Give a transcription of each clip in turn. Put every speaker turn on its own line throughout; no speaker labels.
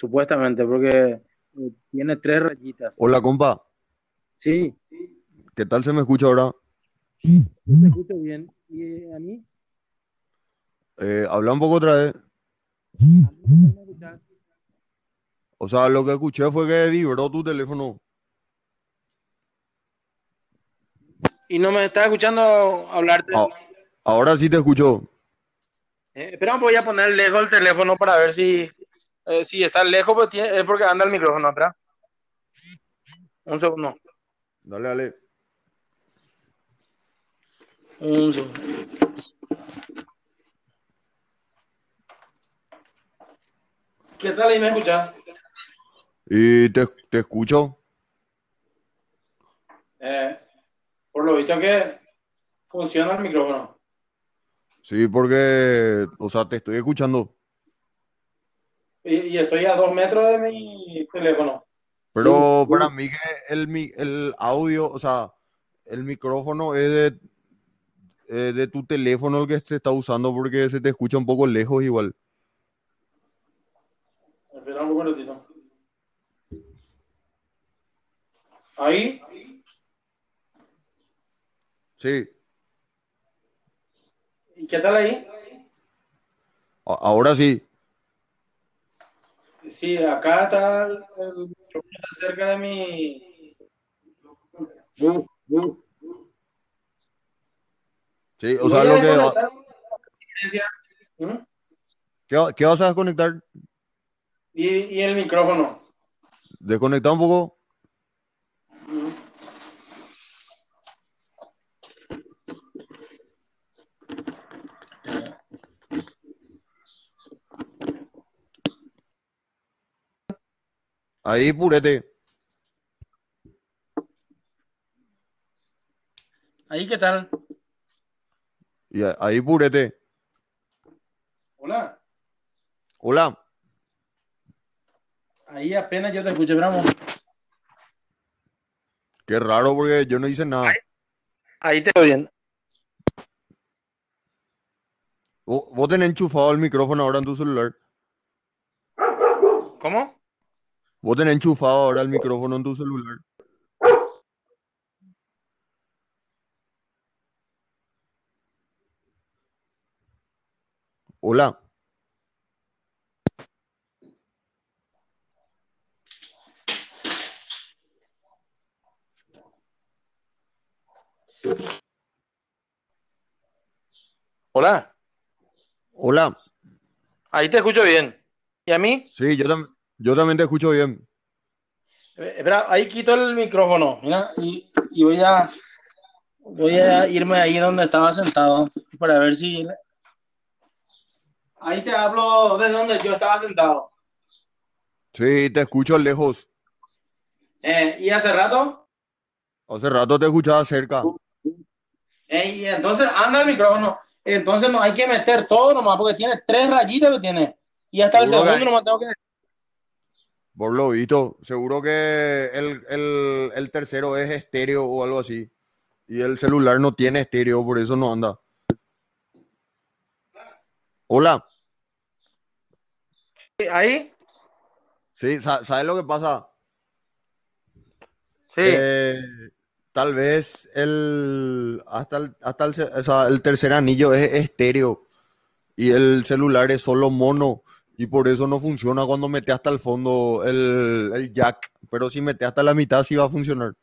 supuestamente, porque eh, tiene tres rayitas.
Hola, compa.
Sí,
¿Qué tal se me escucha ahora?
te escucho bien. ¿Y a mí?
Eh, habla un poco otra vez.
¿A mí no me escuchas?
O sea, lo que escuché fue que vibró tu teléfono.
Y no me estás escuchando hablarte.
Ah, ahora sí te escucho.
Eh, espera, voy a poner lejos el teléfono para ver si, eh, si está lejos, pues tiene- es porque anda el micrófono atrás. Un segundo.
Dale, dale.
Un segundo. ¿Qué tal ahí me escuchas?
Y te, te escucho.
Eh, por lo visto que funciona el micrófono.
Sí, porque, o sea, te estoy escuchando.
Y, y estoy a dos metros de mi teléfono.
Pero para mí que el, mi- el audio, o sea, el micrófono es de, eh, de tu teléfono el que se está usando porque se te escucha un poco lejos igual.
Espera un minutito. Ahí.
Sí,
¿Y qué tal ahí?
a- ahora sí.
Sí, acá está el, el- está cerca de mi.
Sí, o sea, lo que va-
¿Mm?
¿qué, va- qué vas a desconectar?
Y, y el micrófono.
Desconectar un poco. Ahí, purete.
Ahí, ¿qué tal?
Y a- ahí, purete.
Hola.
Hola.
Ahí apenas yo te escuché, Bramo.
Qué raro porque yo no hice nada.
Ahí te oyen.
Vo- Vos tenés enchufado el micrófono ahora en tu celular.
¿Cómo?
Vos tenés enchufado ahora el micrófono en tu celular. Hola.
Hola.
Hola.
Ahí te escucho bien. ¿Y a mí?
Sí, yo, tam- yo también te escucho bien.
Eh, Espera, ahí quito el micrófono, mira, y, y voy a voy a irme ahí donde estaba sentado para ver si ahí te hablo de donde yo estaba sentado.
Sí, te escucho lejos.
Eh, y hace rato,
Hace rato te escuchaba cerca.
eh, y entonces anda el micrófono. Entonces no hay que meter todo nomás, porque tiene tres rayitas que tiene. Y hasta el
Seguro que
segundo
hay.
nomás tengo que.
Por lo visto, seguro que el, el- el tercero es estéreo o algo así. Y el celular no tiene estéreo, por eso no anda. Hola.
¿Ahí?
Sí, sa- ¿sabes lo que pasa?
Sí.
Eh, tal vez el hasta el, hasta el, ce- o sea, el tercer anillo es estéreo y el celular es solo mono y por eso no funciona cuando metes hasta el fondo el, el jack, pero si metes hasta la mitad sí va a funcionar.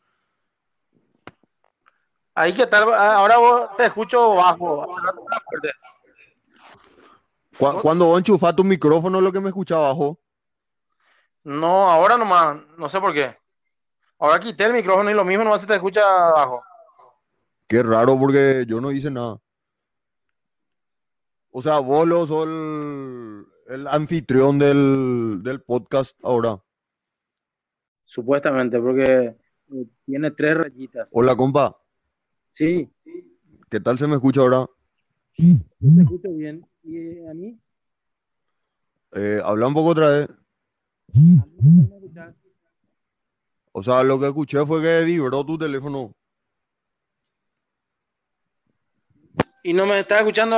Ahí qué tal, Ah, ahora vos te escucho bajo. Ahora fuerte.
Cu- Cuando vos enchufás tu micrófono lo que me escucha abajo,
No, ahora nomás, no sé por qué. Ahora quité el micrófono y lo mismo nomás se te escucha abajo.
qué raro porque yo no hice nada. O sea, vos lo sos el, el anfitrión del, del podcast ahora.
Supuestamente, porque eh, tiene tres rayitas.
Hola, compa,
Sí,
¿qué tal se me escucha ahora?
te escucho bien. ¿Y a mí?
Eh, habla un poco otra vez.
¿A mí no me escuchas?
O sea, lo que escuché fue que vibró tu teléfono.
Y no me estás escuchando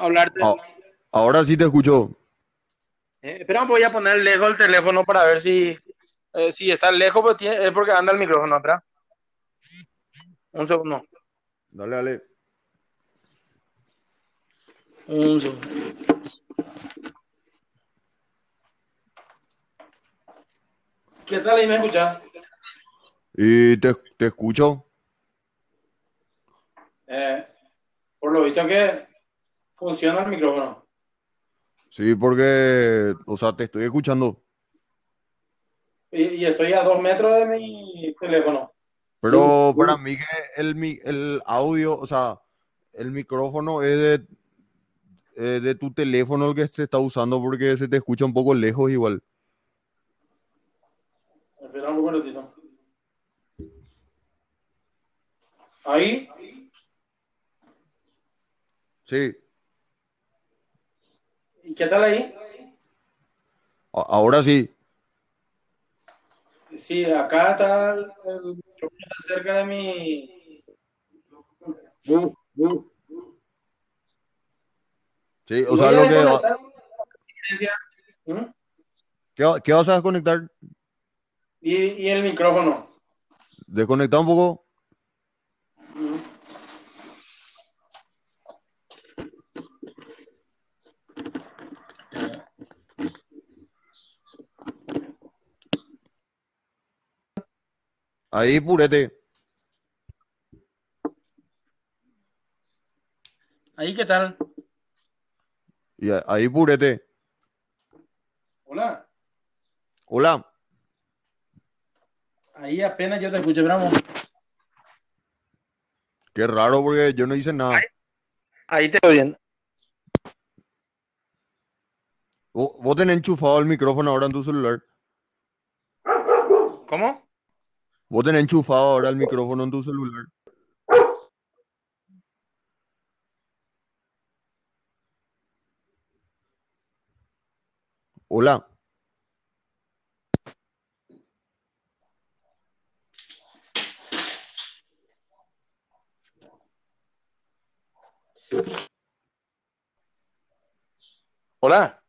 hablarte.
Ah, ahora sí te escucho.
Eh, Eh, espera, voy a poner lejos el teléfono para ver si, eh, si está lejos, pues tiene- es porque anda el micrófono, espera. Un segundo.
Dale, dale.
Un segundo. ¿Qué tal ahí me escuchas?
Y te, te escucho.
Eh, por lo visto que funciona el micrófono.
Sí, porque, o sea, te estoy escuchando.
Y, y estoy a dos metros de mi teléfono.
Pero para mí que el, mi- el audio, o sea, el micrófono es de, eh, de tu teléfono el que se está usando porque se te escucha un poco lejos igual.
Espera un ratito. Ahí,
Sí,
¿y qué tal ahí?
a- ahora sí.
Sí, acá está el, el micrófono está cerca de mi.
Sí, o sea, lo que va-
¿Mm?
¿qué, va- qué vas a desconectar?
Y, y el micrófono.
Desconecta un poco.
¿Mm?
Ahí, purete.
Ahí, ¿qué tal?
Y a- ahí, purete.
Hola.
Hola.
Ahí apenas yo te escuché, Bravo.
Qué raro porque yo no hice nada.
Ahí te oyen.
Vo- Vos tenés enchufado el micrófono ahora en tu celular.
¿Cómo?
Vos tenés enchufado ahora el micrófono en tu celular. Hola,
Hola.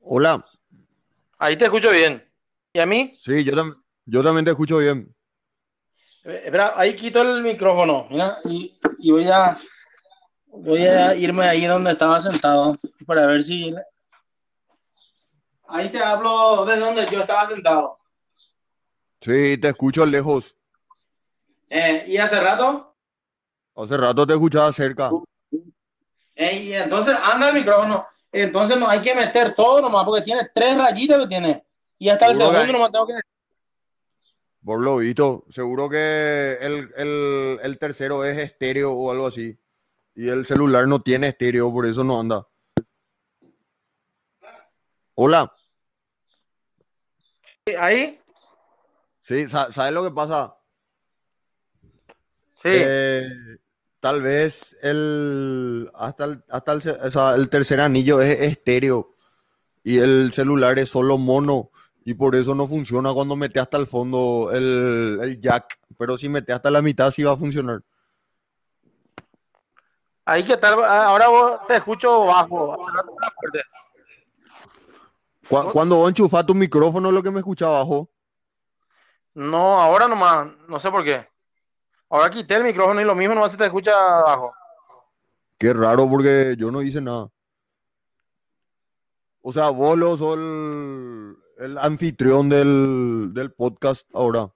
hola.
Ahí te escucho bien. ¿Y a mí?
Sí, yo, tam- yo también te escucho bien.
Eh, Espera, ahí quito el micrófono, mira, y, y voy a voy a irme ahí donde estaba sentado para ver si ahí te hablo de donde yo estaba sentado.
Sí, te escucho lejos.
Eh, y hace rato,
Hace rato te escuchaba cerca.
eh, y entonces anda el micrófono. Entonces no hay que meter todo nomás, porque tiene tres rayitas que tiene. Y hasta el
Seguro que
segundo
hay.
nomás tengo que
Por lo visto, seguro que el, el- el tercero es estéreo o algo así. Y el celular no tiene estéreo, por eso no anda. Hola.
¿Ahí?
Sí, sa- ¿sabes lo que pasa?
Sí.
Eh, tal vez el hasta el, hasta el, ce- o sea, el tercer anillo es estéreo y el celular es solo mono y por eso no funciona cuando metes hasta el fondo el, el jack, pero si metes hasta la mitad sí va a funcionar.
Ahí qué tal, ahora vos- te escucho bajo. Ahora te escucho fuerte.
Cu- Cuando vos enchufás tu micrófono lo que me escucha abajo,
No, ahora nomás, no sé por qué. Ahora quité el micrófono y lo mismo nomás se te escucha abajo.
qué raro porque yo no hice nada. O sea, vos lo sos el, el anfitrión del, del podcast ahora.